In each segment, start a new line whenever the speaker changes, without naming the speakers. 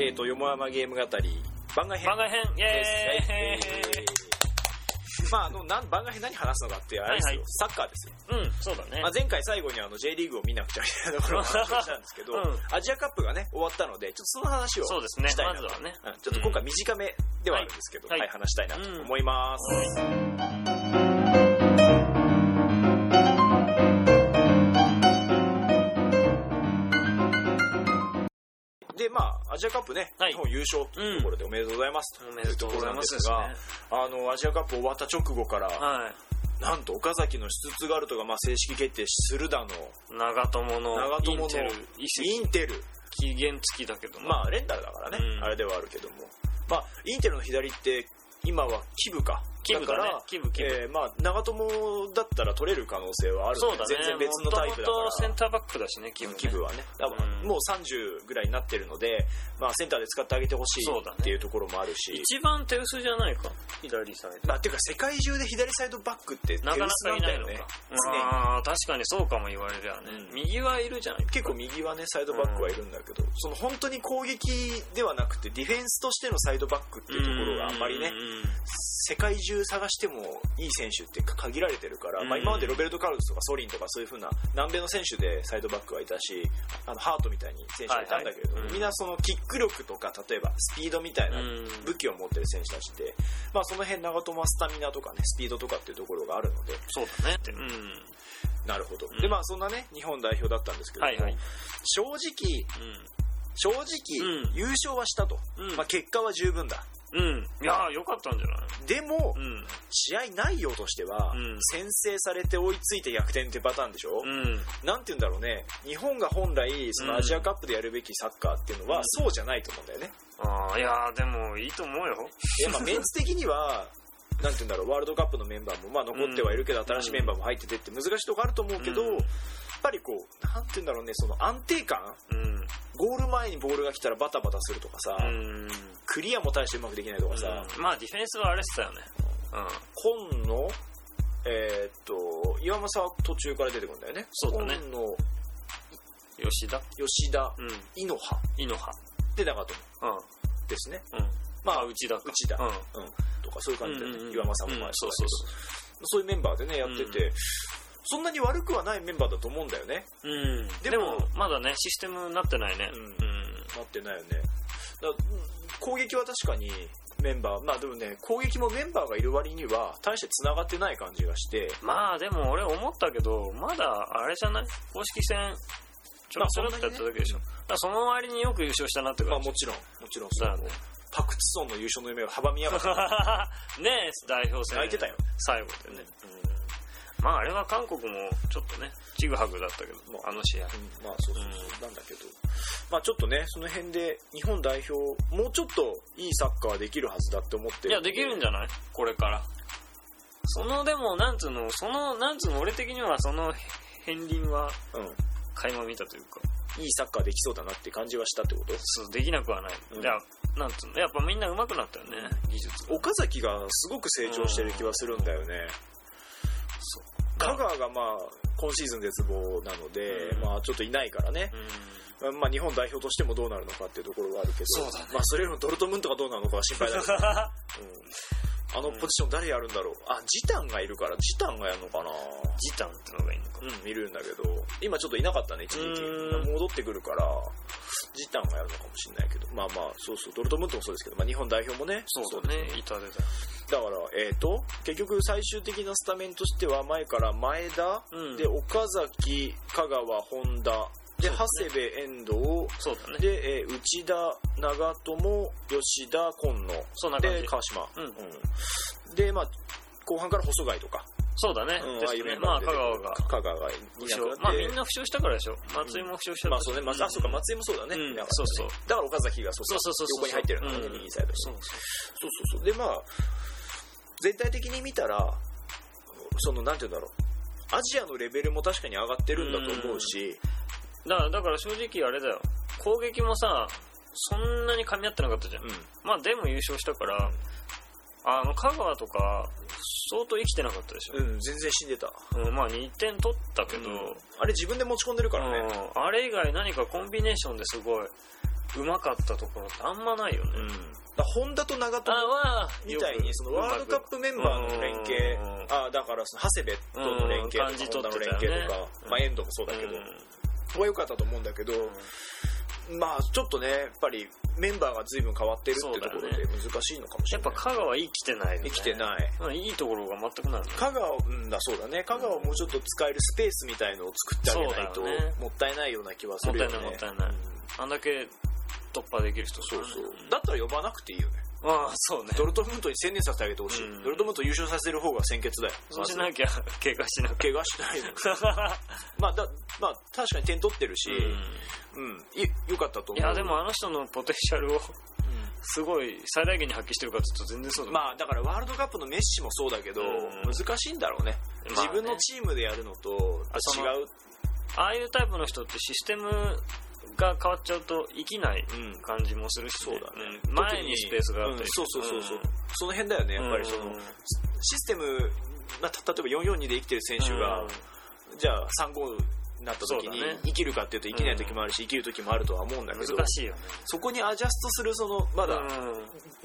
えーと、よもやまゲーム語り、番外編
番外編イ
で
ェ
す。
ー
はい
イ
まあ、あの、なん番外編何話すのかって、あれですよ、
はいはい
サッカーですよ。
うん、そうだね
まあ、。前回最後にあの J リーグを見なくちゃみたいなところを話をしたんですけど、
うん
アジアカップがね、終わったので、ちょっとその話を
そうですね
したいな
まずはね
うんちょっと今回短めではあるんですけど、
うん
は、
はいい
話したいなと思います。で、まあ、アジアカップね、
はい
日本優勝というところでおめでとうございます
おめでとうございます
と
で
いうと
す
ころ
ね
なんですが、あの、アジアカップ終わった直後から、
は
なんと岡崎のシュツッツガルトがまあ正式決定するだの、
い。長友
長
のイ
友の
ンテル、移
イ
籍
ンテル、
期限付きだけどな
まあレンタルだからね、
うん
あれではあるけども、まあ、インテルの左って今はキブか
キブだ
か
ね
ら、
キブキブ
えーまあ、長友だったら取れる可能性はある
そうだね。
全然別のタイプだか
元々セ
ら
ンターバックだしね、キムね。
キブはねだから
うん
もう30ぐらいになってるので、まあ、センターで使ってあげてほしい
そうだね
っていうところもあるし、
一番手薄じゃないか。左サイド。
まあ、っていうか世界中で左サイドバックって手薄
なかなか
なん
いな
だ
い
よ
のか
ね。
ああ、確かにそうかも言われりゃね
うん。
右はいるじゃない
結構右はねサイドバックはいるんだけど、その本当に攻撃ではなくてディフェンスとしてのサイドバックっていうところがあんまりね、
うんうんうん
世界中探してもいい選手って限られてるから、まあ、
うん
今までロベルト・カルロスとかソリンとかそういう風な南米の選手でサイドバックはいたしあのハートみたいに選手がいたんだけれども、
はいはいうん
みんなそのキック力とか例えばスピードみたいな
うん
武器を持ってる選手たちで、まあ、その辺長友はスタミナとかねスピードとかっていうところがあるので
そうだね。うん。
なるほど、
うん
でまあそんなね日本代表だったんですけども、
はいはい
正直正直、
うん
優勝はしたと、
うん。
まあ、結果は十分だ
うん。いやー、よかったんじゃない
でも、
うん。
試合内容としては、
うん
先制されて追いついて逆転ってパターンでしょ、
うん。
なんて言うんだろうね日本が本来その
うん
アジアカップでやるべきサッカーっていうのは、
うん
そうじゃないと思うんだよ ね、
ああ、いやー、でもいいと思うよ。
いやまあメンツ的にはなんて言うんだろうワールドカップのメンバーも、まあ、残ってはいるけど、新しいメンバーも入っててって難しいとこあると思うけど、
うん
やっぱりこうなんて言うんだろうねその安定感
うん。
ゴール前にボールが来たらバタバタするとかさ、
うん。
クリアも大してうまくできないとかさ、
うんまあ、ディフェンスはあれしてたよね。うん。
今野えーっと岩政は途中から出てくるんだよね
そうだね
今野
吉田
吉田
うん。
井の葉
井の葉。
で長友
うん。
ですね
うん。
まあ
あ、内田か。
内田
うん。
とかそういう感じでね、
うんうんうん
岩間さんも前
うん
そ
そう
そ
うそうう
そういうメンバーでねやってて、そんなに悪くはないメンバーだと思うんだよね
うん。
で
で
も
も、まだね、システムになってないね。
うん
うん。
なってないよねだ攻撃は確かにメンバーまあでもね攻撃もメンバーがいる割には大して繋がってない感じがして
まあ、でも俺思ったけど、まだ、あれじゃない公式戦、ちょろちょろってやっただけでしょ。だからその割によく優勝したなって
まあ
感じ
も。ちろんもちろんそ
だ
の
よね。
パク・チソンの優勝の夢を阻みやがった
ね え、代表戦。
泣いてたよ。
最後でね。まああれは韓国もちょっとね、ちぐはぐだったけど、もうあの試合。
うんまあそうそうそうなんだけど、まあ、ちょっとねその辺で日本代表もうちょっといいサッカーできるはずだって思って
いや、できるんじゃないこれから。その、でも、なんつうの、その、なんつうの、俺的にはその、片鱗は
うん
垣間見たというか、
いいサッカーできそうだなって感じはしたってこと
そう、できなくはない。
うん
いや、なんつうの、やっぱみんな上手くなったよね、技術が。
岡崎がすごく成長してる気はするんだよね、
そ
香川がまあ今シーズン絶望なので、
うん
まあ、ちょっといないからね、
うん。
まあ、日本代表としてもどうなるのかっていうところはあるけど
そうだね
まあ、それよりもドルトムントがどうなるのかは心配だけど、うん、あのポジション誰やるんだろうあジタンがいるからジタンがやるのかな
時短ってのがいいのか。
うん、いるんだけど、今ちょっといなかったね、一時期。
うん
戻ってくるから、ジタンがやるのかもしれないけど、まあまあ、そうそう、ドルトムントもそうですけど、まあ日本代表もね、
そうだね、板でだ。
だから、えっ、と、結局最終的なスタメンとしては、前から前田、
うん
で、岡崎、香川、本田、で、
そう
長
で
谷
す
部、遠藤、
そうだね。
で、えー内田、長友、吉田、今野、
そんな感
で、
じ。
川島。
うん。
うんで、まあ、後半から細貝とか、
そうだね。
うん
で
ああ
す
いうメ
ね。
ン
ま
バ
あ、
ー
香
が出てく
川
る
が。
香川がい
負
な
傷
くなって、
まあみんな負傷したからでしょ。松井も負傷した
まあそうね、松あそうか、
ん
松井もそうだね。
うん
だからね
そうそう
だから岡崎がそう
そ
か
うそうそう
横
そう。
に入ってるのがね、
うん
右サイドに
そう
そうそうそう。で、まあ、全体的に見たら、その、なんて言うんだろう。アジアのレベルも確かに上がってるんだと思うし、
だだから正直あれだよ攻撃もさそんなに噛み合ってなかったじゃん、
うん
まあでも優勝したからあの香川とか相当生きてなかったでしょ、
うん、全然死んでた。
うんまあ2点取ったけど、
うんあれ自分で持ち込んでるからね。
うんあれ以外何かコンビネーションですごいうまかったところってあんまないよね、
うん。だからホンダと長
あ
友
は
みたいに、そのワールドカップメンバーの連携、あだからその長谷部との連携
うん感じ
と
取
か、
っ
ホン
て
ダ
た
の連携
よね
とか、まあ遠藤もそうだけど、は良かったと思うんだけど、まあちょっとね、やっぱりメンバーが随分変わってるっていうところ
そうだ
で難しいのかもし
や
れ
っ
な
ぱ
い。
香川生きてないよ
生
ね
きてない。
まあいいところが全くないよね
香川、うんだ、そうだね。香川をもうちょっと使えるスペースみたいのを作ってあげないと
そうだよね、
もったいないような気はす
もっ
る
た
よね
いない。もったいないあんだけ突破できる人。
そうそううんだったら呼ばなくていいよね。
ああそうね
ドルトムントに専念させてあげてほしい、
うん
ドルトムント優勝させる方が先決だよ
そうしなきゃ 怪我しなく
怪我しないのまあだ、まあ、確かに点取ってるし、うんいよかったと思う
い
い
やでもあの人のポテンシャルをすごい最大限に発揮してるかちょっと全然そうだ、
まあだからワールドカップのメッシもそうだけど、
うん
難しいんだろうね
まあ
自
ね
分のチームでやるのと
あそ
違
の
う、
ああいうタイプの人ってシステムが変わっちゃうと生きない
うん
感じもするし、
そうだね、
うん前にスペースがあ
う
っ
ん
たり
そうそうそうそう、
ん
その辺だよねやっぱりその、
うん
システム、まあ、た例えば442で生きてる選手が、
うん
じゃあ35になった時
そう
に、
だね
生きるかっていうと生きない時もあるし、生きる時もあるとは思うんだけど
難しいよね
そこにアジャストするそのまだ、
うん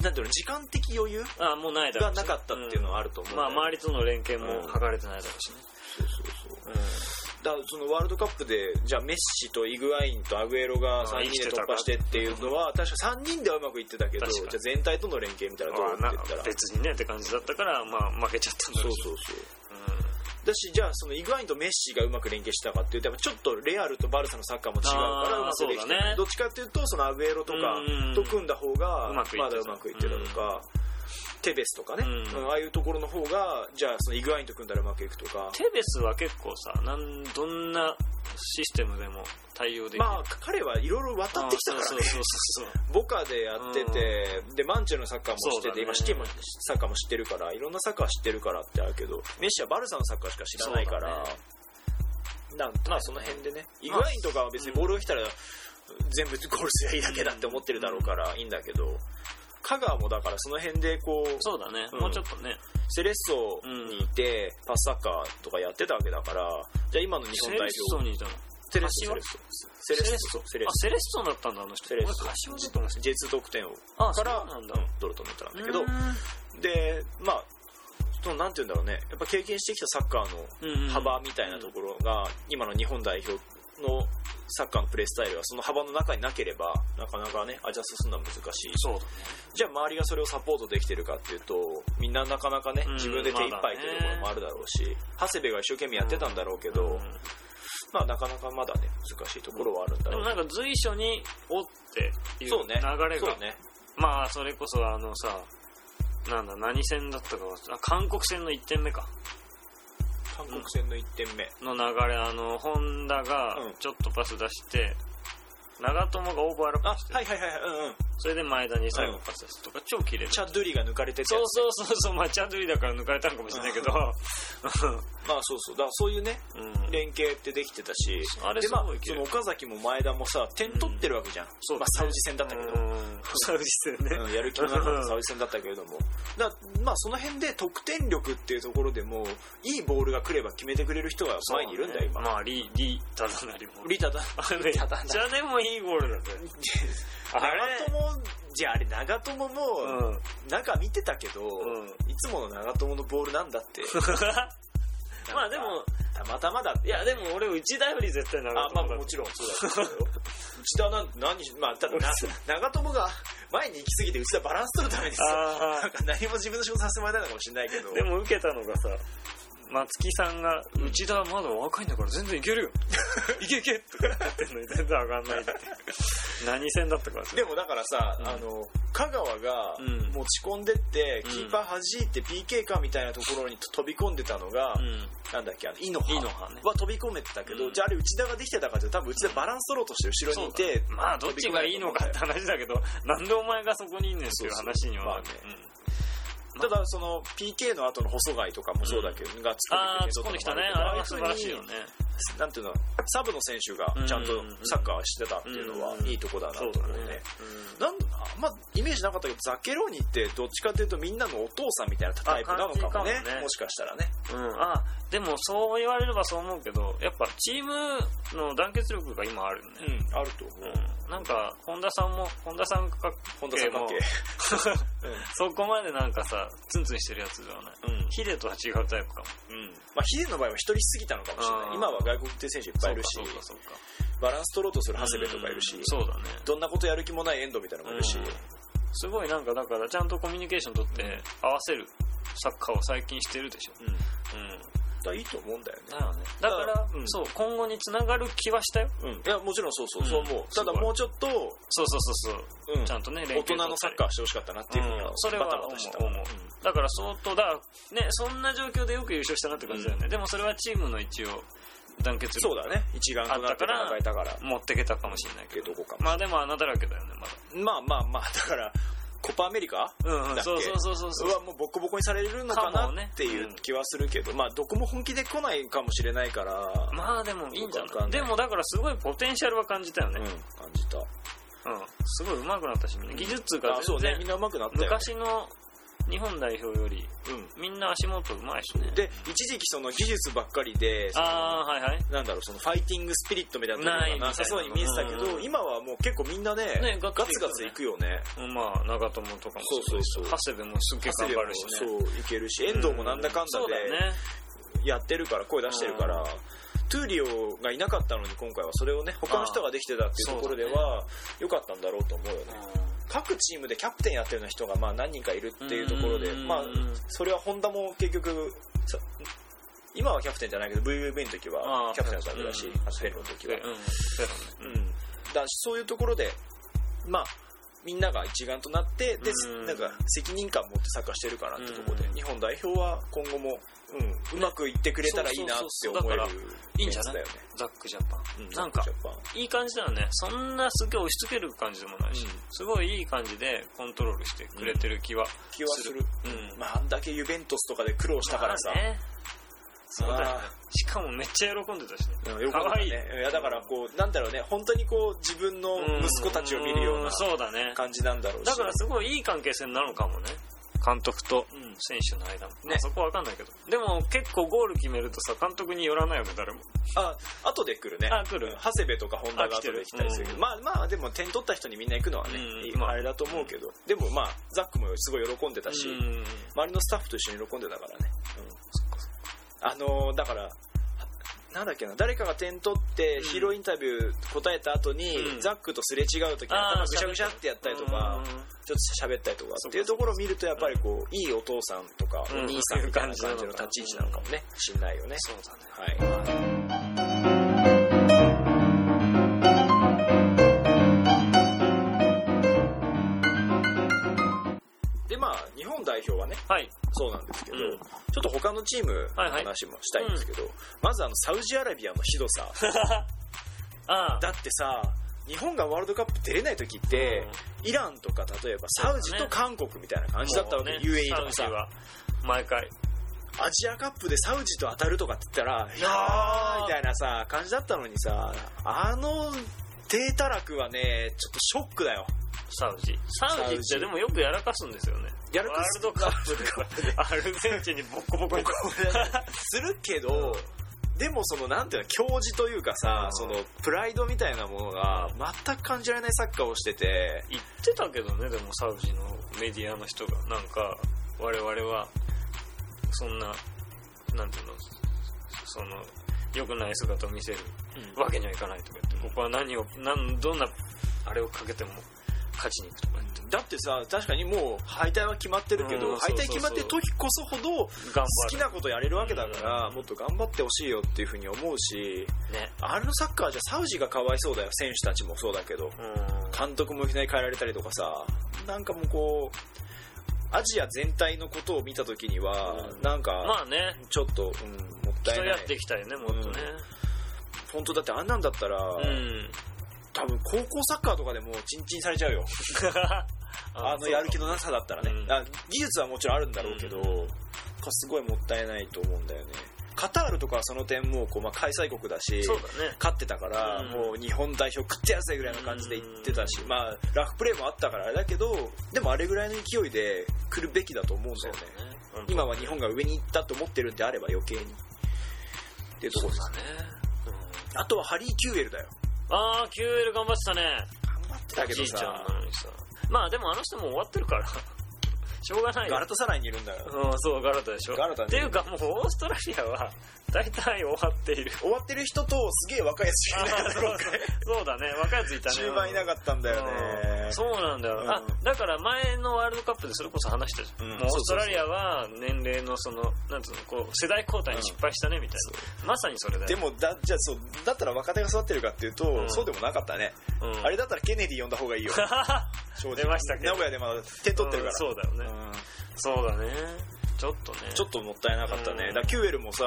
なんていうの時間的余裕
ああもうないだろ
が
うし
なかったっていうのはあると思う、
うんまあ周りとの連携も図れてないだろうしね、
そうそうそうだからそのワールドカップでじゃあメッシとイグアインとアグエロが3人で突破してっていうのは確か3人ではうまくいってたけどじ
確
ゃ
かに
あ全体との連携みたいなところって
まあ
言ったら
な別にねって感じだったから、まあ、負けちゃったんだ
そ
ろ
う
うし
そうそう
うん
だしじゃあそのイグアインとメッシがうまく連携したかっていうとやっぱちょっとレアルとバルサのサッカーも違うから
あー
うまくでき
そう
てる
だね
どっちかっていうとそのアグエロとか
うん
と組んだ方が
う
ま
まくいってた
だうまくいってたとか、テベスとかね、
うん
うんああいうところの方がじゃあそのイグアインと組んだらうまくいくとか
テベスは結構さなんどんなシステムでも対応できる、
まあ彼はいろいろ渡ってきたから
そう
ね
そうそうそう
ボカでやってて、でマンチェのサッカーもして
そうだ
て、
ね
今シティもサッカーも知ってるからいろんなサッカー知ってるからってあるけどメッシはバルサのサッカーしか知らないから、
そう
なんまあその辺でねイグアインとかは別にボールが来たら全部ゴールすりゃいいだけだって思ってるだろうからいいんだけど香川もだからその辺でこう
そうだね、
うん
もうちょっとね
セレッソにいてパスサッカーとかやってたわけだからじゃあ今の日
セ
本
レ
代
ッ
表
ソにいたの
セレッ
柏
ソセレッソセレッ
あセレッソだったんだあの人
セレッソ
俺柏だと思って
ソ J2 得点王
たあ
か
そう
ら
なんだ
うんドルトムントなんだけど
うー
でまあそのなんて言うんだろうねやっぱ経験してきたサッカー
んうん
の幅みたいなところが今の日本代表のサッカーのプレースタイルはその幅の中になければなかなかねアジャストするのは難しい
そうだね
じゃあ周りがそれをサポートできてるかっていうとみんななかなかね
うん
自分で手一杯っていうところもあるだろうし長谷部が一生懸命やってたんだろうけど、
うん
まあなかなかまだね難しいところはあるんだ
で
ろ
も
う
なんか随所に「お」っていう
そう
流
ね
れが、
そうね
まあそれこそあのさなんだ何戦だったか忘れあ韓国戦の1点目か
韓国戦の1点目、
の流れあのホンダが
うん
ちょっとパス出して、長友がオーバーラッ
あ
プして、
はいはいはいはいうんうん
それで前田に最後パス出すとか、超綺麗だ
チャッドゥリが抜かれてて
そうそうそうそうまあチャドゥリだから抜かれたのかもしれないけど、
まあそうそうだからそういうね
うん
連携ってできてたし、
あれ
ですまあ
ごい、綺
そ
麗
の岡崎も前田もさ、点取ってるわけじゃん。
そうだね
まあ、サウジ戦だったけど、
うんサウジ戦ね、
うんやる気のなかったサウジ戦だったけれども、だまあ、その辺で得点力っていうところでも、いいボールが来れば決めてくれる人が前にいるんだよ、今。
まあリリタダナリも
リタだ。
あれめっち
タダナ
ゃでもいいゴール だねあれ
長友、じゃああれ長友も、
うん
中見てたけど、
うん
いつもの長友のボールなんだ って。
まあで
なん
も
か、たまたまだって
いやでも俺内田より絶対長
あまあ
友だ
もちろんそうだ けど内田なん何しまあた だな長友が前に行き過ぎて内田バランス取るためにさ
あ
なんか何も自分の仕事させてもらえないのかもしれないけど
ーでも受けたのがさ松木さんが「内田はまだ若いんだから全然いけるよいけいけ!」とか言ってんのに全然上がんないって 何戦だったか忘れた
でもだからさ、
うん
あの香川が
うん
持ち込んでって、
うん
キーパー弾いて PK かみたいなところに飛び込んでたのが、
うん
なんだっけあのイノハ
イノハね
は飛び込めてたけど、
うん
じゃああれ内田ができてたかって多分内田バランス取ろうとして後ろにいて、
まあどっちがいいのかって話だけ どなんでお前がそこにいんねんっていう話にはなる
そうそう
うん
ただその PK の後の細貝とかもそうだけど、が突っ込んで
ああ
きて
突っ込んできたねあれは素晴らしいよね
なんていうのサブの選手がちゃんとサッカーしてたっていうのは
うん
いいとこだなと
そ
思
う
うねな
だね、
んあんまイメージなかったけどザッケローニってどっちかっていうとみんなのお父さんみたいなタイプなのかもね
あ感じかもね
もしかしたらね
うん、うん、あでもそう言われればそう思うけどやっぱチームの団結力が今あるね、
うんあると思う
うん、なんか本田さんも本田さんか
本田さんだっけ、
そこまでなんかさツンツンしてるやつではない
うん
ヒデとは違うタイプかも
うんまあ、ヒデの場合は一人すぎたのかもしれ
あ
な
ー
い今は外国人選手いっぱいいるし
そうかそうか
バランス取ろうとする長谷部とかいるし
うんそうだね
どんなことやる気もない遠藤みたいなのもいるし、
うんすごいなんかだからちゃんとコミュニケーション取って合わせるサッカーを最近してるでしょ、
うん
うん、
だからいいと思うんだよね
だよねだから、
うん
そう今後につながる気はしたよ
うん、いやもちろんそうそう、
うん
そう思う
すご
た
い
だもうちょっと、
そうそうそうそう
うん
ちゃんとね連
大人
携取ったり
のサッカーしてほしかったなっていうふうには、
うんそれは
バタバタした
思う思うだから相当だねそんな状況でよく優勝したなって感じだよね、でもそれはチームの一応団結
そ
力
うだね一丸となって
あ
戦え
った
から
持ってけたかもしれない
っ
け
て
ど
とこかも
まあでも穴だらけだよねまだ
まあまあまあだからコパアメリカ
う
だっ
ん
け
そうそうそうそうそう
はもうボコボコにされるのか
か
な
もね
っていう気はするけど、まあどこも本気で来ないかもしれないから、
まあでもいいんじゃ
よくわか
ない
んない
でもだからすごいポテンシャルは感じたよ
うん
ね、
感じた
うんすごい上手くなったしみんな技術が
あそう
全
ね
然、
みんな上手くなったよ、ね、
昔の日本代表より
う
みんな足元上手いしね
んで一時期その技術ばっかりでその
ああはいはい
なんだろうそのファイティングスピリットみたいなの
ないみたい
が
な
なさそうに見えてたけ
うん
ど、
うん
今はもう結構みんなね
ねガ
ガ
ツ
ツ
ガ
ガ
ツ
ツ
い
い
く
くよね
まあ長友とかもだし
そうそうそう
長谷部もすっげえ頑張るしね
長谷部もそういけるし遠藤もなんだかんだ
そうだよ
で
ね
やってるから声出してるから、
うん
トゥーリオがいなかったのに今回はそれをね他の人ができてたっていうところでは良かったんだろうと思うよね各チームでキャプテンやってるような人がまあ何人かいるっていうところで、
うん
まあ、それは本田も結局さ今はキャプテンじゃないけど VVB の時
あ
は
ー
キャプテンだったわけだし
うん
アスフェルの時は
で。うんそうだね
うん、だしそういうところで、まあ、みんなが一丸となってで、
うん
なんか責任感持ってサッカーしてるからってところで、
うん
日本代表は今後も、うん、うまくいってくれたらいいなって思える
そうそうそうらいいんじゃない
メンツ
ザックジャパ
だよね、
ンなんか
ジャパン
いい感じだよねそんなすげえ押し付ける感じでもないし
うん
すごいいい感じでコントロールしてくれてる気は
気はする、
うん
まあ、あんだけユベントスとかで苦労したからさ、
まあねそうだよね
あ
しかもめっちゃ喜んでたしね
うんよかったね
可愛い
いやだからこうなんだろうね本当にこう自分の息子たちを見るよう
う
なん
そうだね
感じなんだろうし
だからすごいいい関係性になるのかもね監督と
うん
選手の間も、まあ
ね
そこは分かんないけどでも結構ゴール決めるとさ監督に寄らないよね誰も
あ後で来るね
あ来る
長谷部とか本田が後で来たりするけ
う
ど
ん
まあまあでも点取った人にみんな行くのはね、
うん
いいまああれだと思うけど、でもまあザックもすごい喜んでたし、
うん
周りのスタッフと一緒に喜んでたからね、あのーだからなんだっけな誰かが点取って
うん
ヒーローインタビュー答えた後に、
うん
ザックとすれ違う時に
あー
頭ぐしゃぐしゃってやったりとか
うん
ちょっと喋ったりとかっていうところを見るとやっぱりこういいお父さんとかお
うん
兄さんみたいな感じの立ち位置なのかもねしんないよね
そうだね
はいでまあ日本代表はね
はい
そうなんですけど、
うん
ちょっと他のチームの
はいはい
話もしたいんですけど、まずあのサウジアラビアのひどさ
ああ
だってさ日本がワールドカップ出れない時って、イランとか例えばサウジと韓国みたいな感じだったわけ、
もう
UAE とか
サウ
さ
ジは毎回
アジアカップでサウジと当たるとかって言ったら「いや
あー
ー」みたいなさ感じだったのにさあの低たらくはねちょっとショックだ よ
サウジサウジ
サウ
って
ジ
でもよくやらかすんですよね
やる
ワールドカップで アルゼンチンにボッコ ボコに
するけどでもそのなんていうの教授というかさ、
うん
そのプライドみたいなものが全く感じられないサッカーをしてて
言ってたけどねでもサウジのメディアの人がなんか我々はそんななんていうのその良くない姿を見せるわけにはいかないとか言ってここは何をなんどんなあれをかけても勝ちに行くとか言って
だってさ確かにもう敗退は決まってるけど、
うん
敗退決まってる時こそほど好
頑
き
張る
なことやれるわけだから、
うん
もっと頑張ってほしいよっていうふうに思うし
ね
あれのサッカーじゃサウジがかわいそうだよ選手たちもそうだけど
うん
監督もいきなり変えられたりとかさなんかもうこうアジア全体のことを見た時には、
うん
なんか、
まあね
ちょっと、うん、もったい
人
な
や
い
っていきたいよねもっとね
本当だってあんなんだったら、
うん
多分高校サッカーとかでもうチンチンされちゃうよあのやる気のなさだったらね、
うん
あ技術はもちろんあるんだろうけど、
う
なんかすごいもったいないと思うんだよねカタールとかはその点もうこう、まあ、開催国だし
そうだね
勝ってたから、
うん
もう日本代表勝ってやるぜぐらいの感じで言ってたし、まあ、ラフプレーもあったからあれだけどでもあれぐらいの勢いで来るべきだと思うんだよね
本当
今は日本が上に行ったと思ってるんであれば余計にっていうとこ
そう
ろです
だね、うん、
あとはハリー・キューエルだよ
ああ QL 頑張ってたね
頑張ってたけ
じ
ど
いちゃ
さ
んなのにさまあでもあの人もう終わってるから しょうがないよ
ガラタサライにいるんだよ
うん、そうガラタでしょ
ガラタ
っ
ね
ていうかもうオーストラリアは大体終わっている
終わってる人とすげえ若いやつし
あ
かいなか
ー
った今
そうそうそうだね若いやついた
回
ね
中盤いなかったんだよ
う
ね
んそうなんだよ、
うん
あだから前のワールドカップでそれこそ話したじゃん、
うん
もうオーストラリアは年齢のそのなんつうのこう世代交代に失敗したねみたいな、まさにそれだ
で
よ、
もだじゃあそうだったら若手が育ってるかっていうと、
ん
そうでもなかったね、
うん
あ れだったらケネディ呼んだ方がいいよ正直
出ましたけ
名
ど
古屋でまだ点取ってるから、
うんそうだよね、
うん
そうだねちょっとね
ちょっともったいなかったね、
う
だ
ん
からキューエルもさ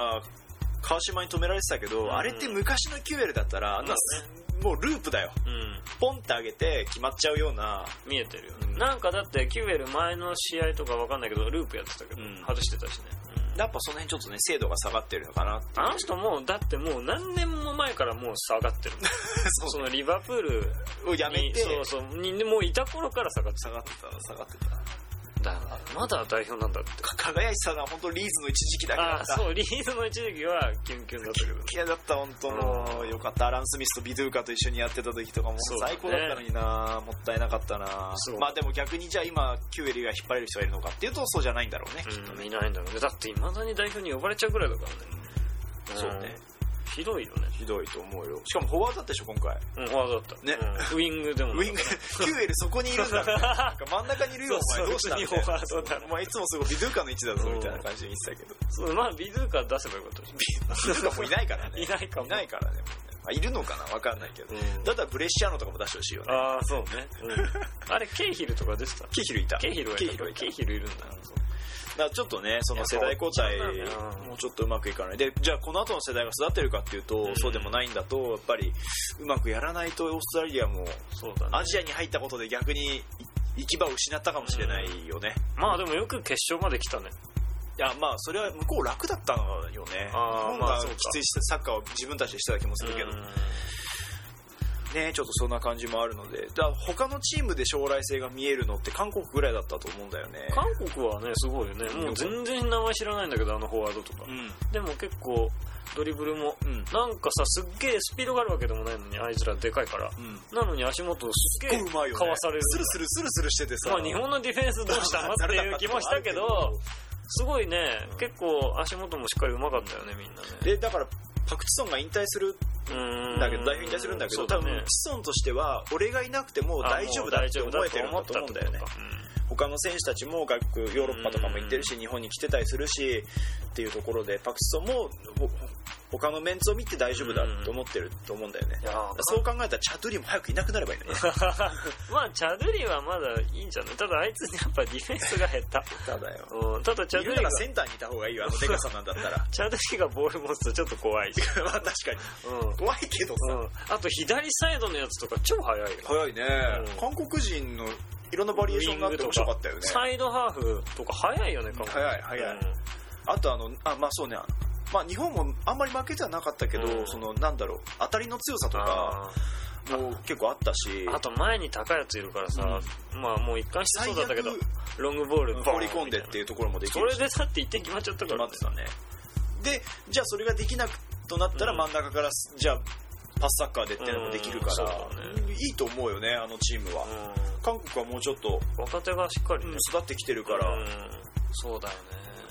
川島に止められてたけど、
ん
あれって昔のキューエルだったらあんなすもうループだよ
うん
ポンって上げて決まっちゃうような
見えてるよね、
うん
なんかだってキュウエル前の試合とかわかんないけどループやってたけど、
うん
外してたしね、
やっぱその辺ちょっとね精度が下がってるのかなっていう
あの人もうだってもう何年も前からもう下がってる
そう
そのリバプール
をやめ
に
て
そうそうにもういた頃から下がって
下がってた下がってた
ただからまだ代表なんだって
か輝いてたのは本当リーズの一時期だけだ
あ
っ
あ
た
そうリーズの一時期はキュンキュンだったけど
嫌だった本当も
う
うんよかったアラン・スミスとビドゥーカと一緒にやってた時とかも
そうだね
最高だったのにな、もったいなかったな
そう
まあでも逆にじゃあ今キュエリが引っ張れる人がいるのかっていうとそうじゃないんだろうね、きっと
うん、
ね
いないんだろうねだっていまだに代表に呼ばれちゃうぐらいだからね、
そうね
うんひどいよね
ひどいと思うよしかもフォワードだったでしょ今回
うんフォワードだった、
ね
うんウイングでも
ウィン グキュエルそこにいるんだなんか真ん中にいるよお
そ
前
うそう
どうしたんだよ
普通にフォワードだ
お前いつもすごいビドゥーカの位置だぞ
うん
みたいな感じで言ってたけど
そうまあビズーカ出せばよかったでしょ
ビドゥーカもういないからね
いないかも
いないからねもうねまあいるのかなわかんないけど、
うん
だったらブレッシャーノとかも出してほしいよね
ああそうね、うん、あれケイヒルとか出てた
ケヒルいた
ケイヒルはい
ケ
た
イヒルはいた
ケイヒルいるんだ
だからちょっとねその世代交代
いやそうなんだよ
もうちょっとうまくいかないでじゃあこの後の世代が育ってるかっていうと、
ん
そうでもないんだとやっぱりうまくやらないとオーストラリアも
そうだね
アジアに入ったことで逆にい行き場を失ったかもしれないよね、
まあでもよく決勝まで来たね
いやまあそれは向こう楽だったのよね日
あー
本
まあ
が
そうか
きついサッカーを自分たちでしてた気もするけど、
うん
ねちょっとそんな感じもあるのでだから他のチームで将来性が見えるのって韓国ぐらいだったと思うんだよね
韓国はねすごいよねもう全然名前知らないんだけどあのフォワードとか、
う
でも結構ドリブルも
んうん
なんかさすっげえスピードがあるわけでもないのにあいつらでかいから
うん
なのに足元すっげえ
うまいよね
かわされる
スルスルスルスルしててさ、
まあ日本のディフェンスどうしたのっていう気もしたけどすごいね結構足元もしっかりうまかったよねみんなね
でだからパク・チソンが引退するんだけど代表引退するんだけど
そう
多
ね
分チソンとしては俺がいなくても大丈夫だって思えてるんだと思うんだよね他の選手たちも外国ヨーロッパとかも行ってるし日本に来てたりするしっていうところでパク・チソンもほ他のメンツを見て大丈夫だって思ってると思うんだよね
いやー
そう考えたらチャドゥリーも早くいなくなればいいの に
まあチャドゥリはまだいいんじゃないただあいつやっぱディフェンスが減った、
ただよ
うん、ただチャ
い
ドゥ
る
リ
な
が
らセンターにいた方がいいよあのデカさなんだったら
チャドゥリがボール持つとちょっと 怖いし、
まあ 確かに
うん
怖いけどさ、
うん、あと左サイドのやつとか超速いよ
早いね、
う
韓国人のいろんなバリエーションがあって面白かったよね
サイドハーフとか速いよね韓国
早い早い
うん
あとあのあまあそうねまあ日本もあんまり負けてはなかったけど、
うん
そのなんだろう当たりの強さとか
あ
も結構あったし
ーあと前に高いやついるからさ、まあもう一貫して
最
そう
悪
だったけどロングボールボーン
放り込んでっていうところもでき
そ
る
れ
し
でさって一点決まっちゃったか
決ま
ら
ってたねでじゃあそれができなくとなったら
うん
真ん中からすじゃあパスサッカーでっていうのもできるか
うんそう
ら、
だ
いいと思うよねあのチームは、
う
韓国はもうちょっと
ん、若手がしっかり
うん
ね、
育ってきてるから、
うんそうだよね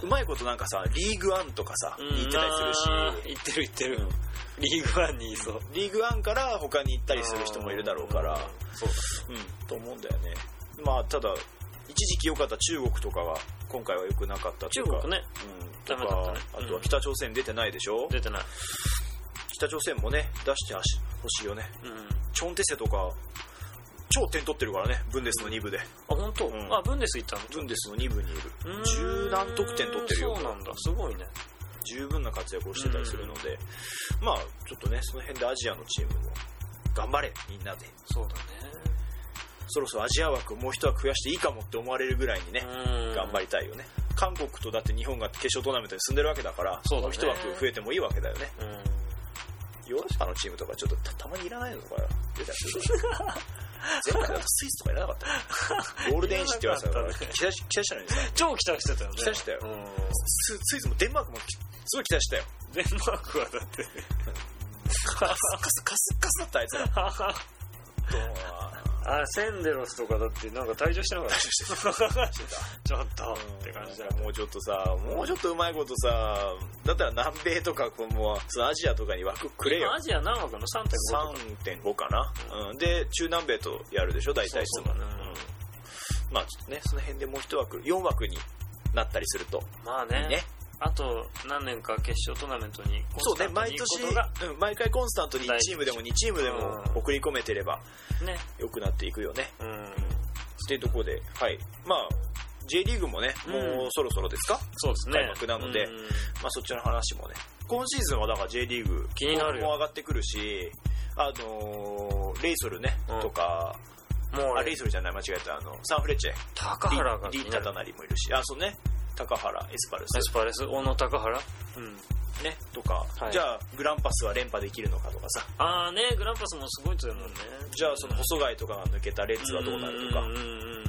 うまいことなんかさリーグワンとかさ、
うん
行ってたりするし
あー行ってる行ってる、リーグワンにいそう
リーグワンから他に行ったりする人もいるだろうから、
うんそう
うん、と思うんだよねまあただ一時期良かった中国とかは今回は良くなかったと
中
か
国ね
うん、
ダ
と
メだっ
か
たね
あとは北朝鮮出てないでしょ、
出てない、
北朝鮮もね出してほし欲しいよね
うん、
チョンテセとか超点取ってるからねブンデスの2部で
あ本当、
うん
あブンデス行ったの
ブンデスの2部にいる
うーん
十何得点取ってるよ
そうなんだすごいね
十分な活躍をしてたりするので、まあちょっとねその辺でアジアのチームも頑張れみんなで
そうだ
そろそろアジア枠をもう一枠増やしていいかもって思われるぐらいにね、
ねうん
頑張りたいよね韓国とだって日本が決勝トーナメントに進んでるわけだから
そうだね
も一枠増えてもいいわけだよね
うん
ヨーロッパのチームとかちょっとたたまにいらないのとか 出たりするから前回だとスイスとかいらなかったよゴールデン市って言われてたか
いら
ら
なかったね
期待し期待したのにさ
超期待してたよね
期待してたよ
うん
ススイスもデンマークもきすごい期待したよ
デンマークはだって
カスカスカスカスだったあいつらどうもな
あセンデロスとかだってなんか退場してなかったちょっとって感じだよね
もうちょっとさもうちょっとうまいことさだったら南米とかこうもうそのアジアとかに枠くれ
今
よ
アジア何枠なの3.5
3.5
とか
かな、うん、で中南米とやるでしょ大体いつ
そう
も
だね
うんまあちょっとねその辺でもう1枠4枠になったりすると
まあ
いい
ね
ね
あと何年か決勝トーナメントに
そうね
コンスタント
毎
に行く
年
ことが、
うん、毎回コンスタントに1チームでも2チームでも
うん
送り込めてれば
ね
良くなっていくよね
うん
っていうところではいまあ J リーグもね、
う
もうんそろそろですか
そうですね
開幕なので
うん
まあ、そっちの話もね今シーズンはだから J リーグ
気になるよ
も上がってくるしあのーレイソルね、
うん
とか
もう
あレイソルじゃない間違えたあのサンフレッチェ
高原が
リ
気
リ
に
ー
な
タ
る
タナリもいるしあそうね高原エスパル
エス
ス
パレス小野高原うん
ねとか、
はい
じゃあグランパスは連覇できるのかとかさ
ああねグランパスもすごい人だもんね
じゃあその細貝とかが抜けたレッズはどうなるとか、
うんうんうんうん
うん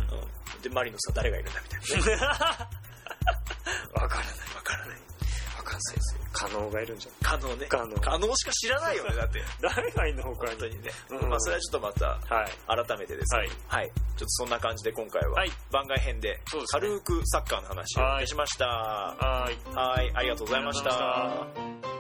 でマリノスは誰がいるんだみたいなね
わからない
わからない
わかんないですよ加納がいるんじゃない
可能ね
可能
可能しか知らないよねだって
誰がいんの他
本
に
当にね、
うん
まあそれはちょっとまた
はい
改めてですね
はい
はい、ちょっとそんな感じで今回は
はい
番外編で
そうですね
軽くサッカーの話をいたしました。
はい
はい、ありがとうございまし
ありがとうございました
た。